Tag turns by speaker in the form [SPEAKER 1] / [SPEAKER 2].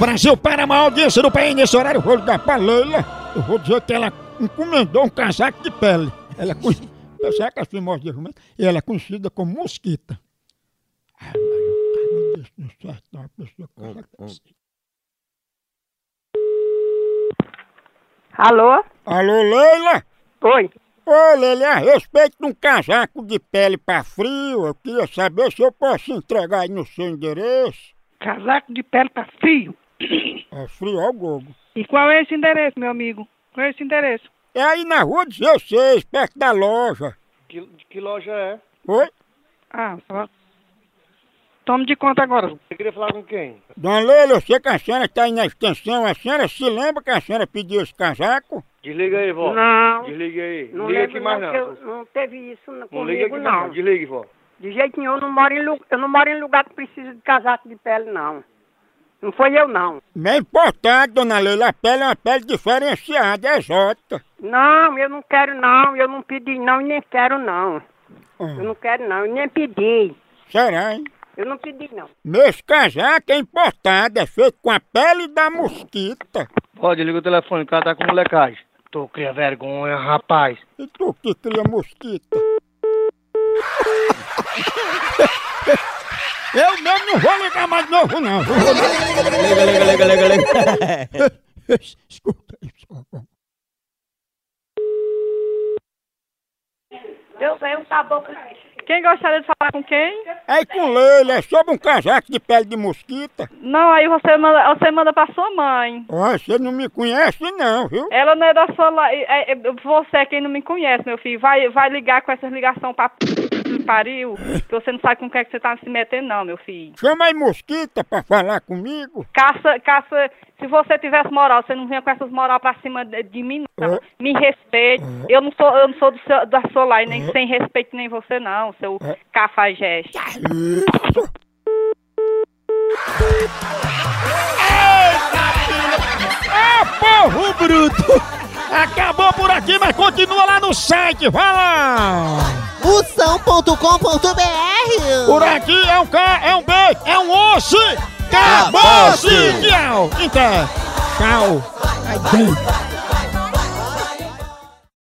[SPEAKER 1] Brasil para a maior audiência do país nesse horário. Eu vou ligar pra Leila. Eu vou dizer que ela encomendou um casaco de pele. Ela é conhecida, será que as primórdias Assim, de jumento? E ela é conhecida como mosquita. Ah, mas eu não deixo no certo, não, a pessoa com essa coisa.
[SPEAKER 2] Alô?
[SPEAKER 1] Alô, Leila?
[SPEAKER 2] Oi.
[SPEAKER 1] Ô, Leila, a respeito de um casaco de pele pra frio, eu queria saber se eu posso entregar aí no seu endereço.
[SPEAKER 2] Casaco de pele tá frio.
[SPEAKER 1] É frio ao gogo.
[SPEAKER 2] E qual é esse endereço, meu amigo? Qual é esse endereço?
[SPEAKER 1] É aí na rua 16, perto da loja.
[SPEAKER 3] Que, de que loja é?
[SPEAKER 1] Oi?
[SPEAKER 2] Ah, só... Tome de conta agora.
[SPEAKER 3] Você queria falar com quem?
[SPEAKER 1] Dona Leila, eu sei que a senhora está aí na extensão. A senhora se lembra que a senhora pediu esse casaco?
[SPEAKER 3] Desliga aí, vó.
[SPEAKER 4] Não,
[SPEAKER 3] Desliga aí.
[SPEAKER 4] não
[SPEAKER 3] liga
[SPEAKER 4] lembro
[SPEAKER 3] aqui
[SPEAKER 4] não,
[SPEAKER 3] mais
[SPEAKER 4] que eu
[SPEAKER 3] não.
[SPEAKER 4] não teve isso n-
[SPEAKER 3] Não liga aqui
[SPEAKER 4] comigo
[SPEAKER 3] mais
[SPEAKER 4] não.
[SPEAKER 3] não. Desliga, vó.
[SPEAKER 4] De jeito nenhum, eu não moro em, lu- eu não moro em lugar que precisa de casaco de pele não. Não foi eu não.
[SPEAKER 1] Bem importante, dona Leila. A pele é uma pele diferenciada, é exótica.
[SPEAKER 4] Não, eu não quero não, eu não pedi não e nem quero não. Eu
[SPEAKER 1] Ah,
[SPEAKER 4] não quero não, eu nem pedi.
[SPEAKER 1] será, hein?
[SPEAKER 4] Eu não pedi não.
[SPEAKER 1] Nesse casaco é importado, é feito com a pele da mosquita.
[SPEAKER 3] Ó, desliga o telefone, o cara tá com molecagem. Tu cria vergonha, rapaz.
[SPEAKER 1] E tu que cria mosquita? Eu mesmo não vou ligar mais de novo, não.
[SPEAKER 5] Liga, liga, liga, liga, liga.
[SPEAKER 1] Escuta isso.
[SPEAKER 4] Eu venho um caboclo.
[SPEAKER 2] Quem gostaria de falar com quem?
[SPEAKER 1] Aí com Leila, é sobre um casaco de pele de mosquita.
[SPEAKER 2] Não, aí você manda, você manda pra sua mãe.
[SPEAKER 1] Ó, você não me conhece não, viu?
[SPEAKER 2] Ela não é da sua... la- é- é- você é quem não me conhece, meu filho. Vai, vai ligar com essas ligações pra... p- que Pariu, que você não sabe com o que, é que você tá se metendo, não, meu filho.
[SPEAKER 1] Chama aí mosquita pra falar comigo.
[SPEAKER 2] Caça, caça. Se você tivesse moral, você não vinha com essas moral pra cima de, de mim, não. tá
[SPEAKER 1] É.
[SPEAKER 2] Me respeite. Eu não sou, eu não sou do seu, da sua lá, e nem sem respeito nem você, não, seu
[SPEAKER 1] É.
[SPEAKER 2] cafajeste.
[SPEAKER 1] Isso. Ah,
[SPEAKER 5] Porro bruto.
[SPEAKER 1] Acabou por aqui, mas continua lá no site, vai lá!
[SPEAKER 6] Moção.com.br
[SPEAKER 1] Por aqui é um K, é um B, é um osso! Acabou-se!
[SPEAKER 5] Acabou-se.
[SPEAKER 1] Tchau! Então, tchau! Ai, bem.